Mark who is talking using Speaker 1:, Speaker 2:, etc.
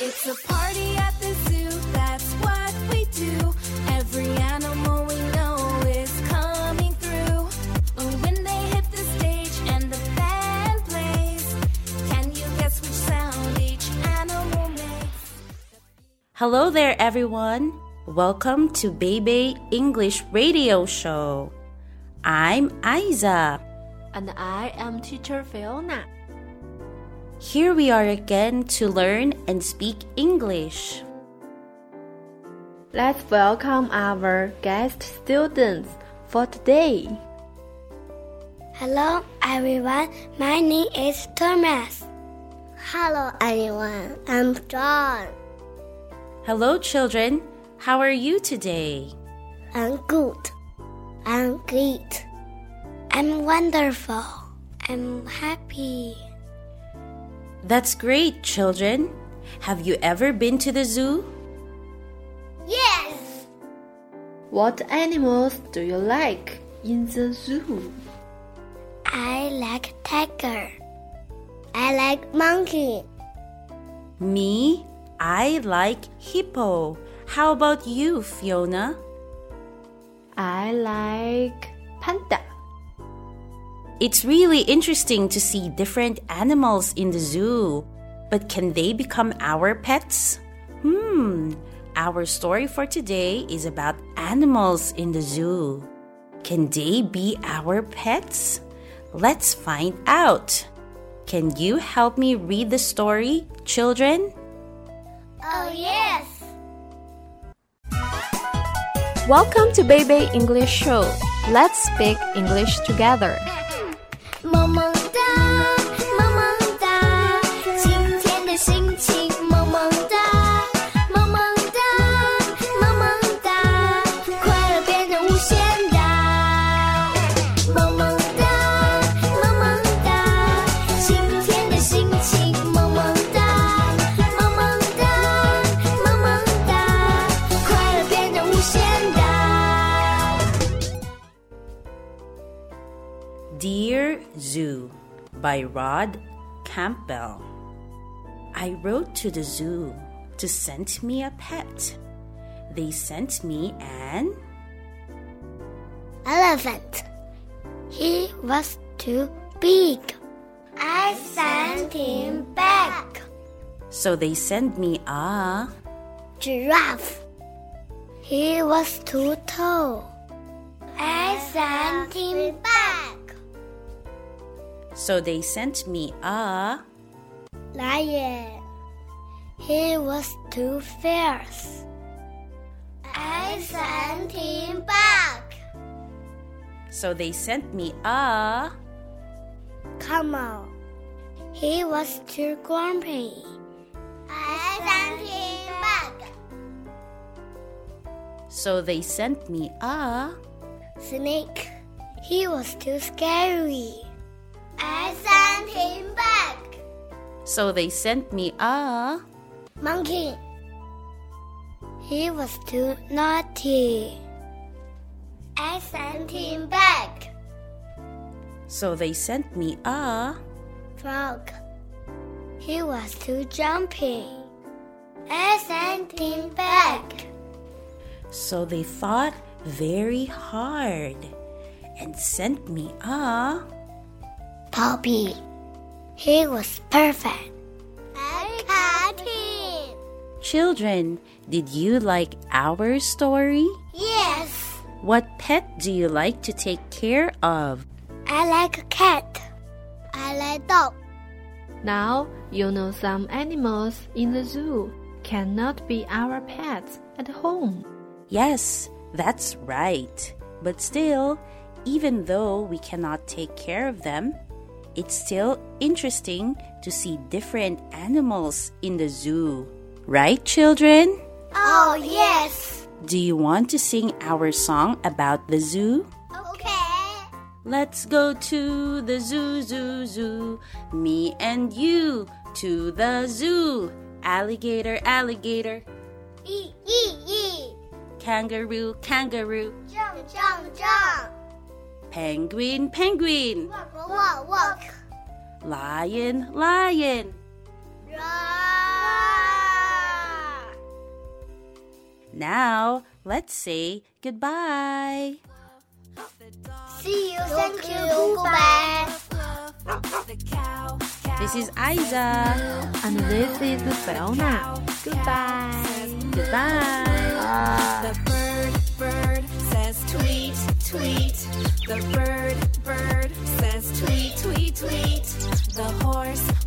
Speaker 1: It's a party at the zoo, that's what we do. Every animal we know is coming through. When they hit the stage and the band plays, can you guess which sound each animal makes?
Speaker 2: Hello there, everyone. Welcome to Baby English Radio Show. I'm Aiza.
Speaker 3: And I am teacher Fiona.
Speaker 2: Here we are again to learn and speak English.
Speaker 3: Let's welcome our guest students for today.
Speaker 4: Hello, everyone. My name is Thomas. Hello, everyone. I'm John.
Speaker 2: Hello, children. How are you today?
Speaker 4: I'm good. I'm great. I'm wonderful. I'm happy.
Speaker 2: That's great, children. Have you ever been to the zoo?
Speaker 4: Yes.
Speaker 3: What animals do you like in the zoo?
Speaker 4: I like tiger. I like monkey.
Speaker 2: Me, I like hippo. How about you, Fiona?
Speaker 3: I like panda.
Speaker 2: It's really interesting to see different animals in the zoo. But can they become our pets? Hmm. Our story for today is about animals in the zoo. Can they be our pets? Let's find out. Can you help me read the story, children?
Speaker 4: Oh, yes.
Speaker 5: Welcome to Baby English Show. Let's speak English together.
Speaker 4: 萌萌哒，萌萌哒，今天的心情萌萌哒，萌萌哒，萌萌哒，快乐变成无限大。萌萌哒，萌萌哒，今天的心情萌萌哒，萌萌哒，萌萌哒，快乐变成无限大。
Speaker 2: Dear Zoo by Rod Campbell. I wrote to the zoo to send me a pet. They sent me an
Speaker 4: elephant. He was too big. I sent him back.
Speaker 2: so they send me a
Speaker 4: Giraffe. He was too tall. I sent him back.
Speaker 2: so they sent me a
Speaker 4: Lion. He was too fierce. I sent him back.
Speaker 2: so they sent me a
Speaker 4: Camel. He was too grumpy. I sent him back.
Speaker 2: so they sent me a
Speaker 4: Snake. He was too scary. I sent him back.
Speaker 2: so they sent me a
Speaker 4: Monkey. He was too naughty. I sent him back.
Speaker 2: so they sent me a
Speaker 4: Frog. He was too jumpy. I sent him back.
Speaker 2: so they fought very hard and sent me a
Speaker 4: Poppy. He was perfect. I caught him.
Speaker 2: Children, did you like our story?
Speaker 4: Yes.
Speaker 2: What pet do you like to take care of?
Speaker 4: I like a cat. I like dog.
Speaker 3: Now you know some animals in the zoo cannot be our pets at home.
Speaker 2: Yes, that's right. But still, even though we cannot take care of them, it's still interesting to see different animals in the zoo. Right, children?
Speaker 4: Oh, yes.
Speaker 2: Do you want to sing our song about the zoo?
Speaker 4: Okay.
Speaker 2: Let's go to the zoo, zoo, zoo. Me and you to the zoo. Alligator, alligator.
Speaker 4: Eat, eat, eat.
Speaker 2: Kangaroo, kangaroo.
Speaker 4: Jump, jump, jump.
Speaker 2: Penguin, penguin.
Speaker 4: Walk, walk, walk.
Speaker 2: Lion, lion.
Speaker 4: Run.
Speaker 2: Now, let's say goodbye.
Speaker 4: See you, thank you, goodbye.
Speaker 2: This is Isa.
Speaker 3: And this is Fiona. Goodbye.
Speaker 2: Goodbye.
Speaker 1: The bird, bird says tweet, tweet. The bird, bird says tweet, tweet, tweet. The horse,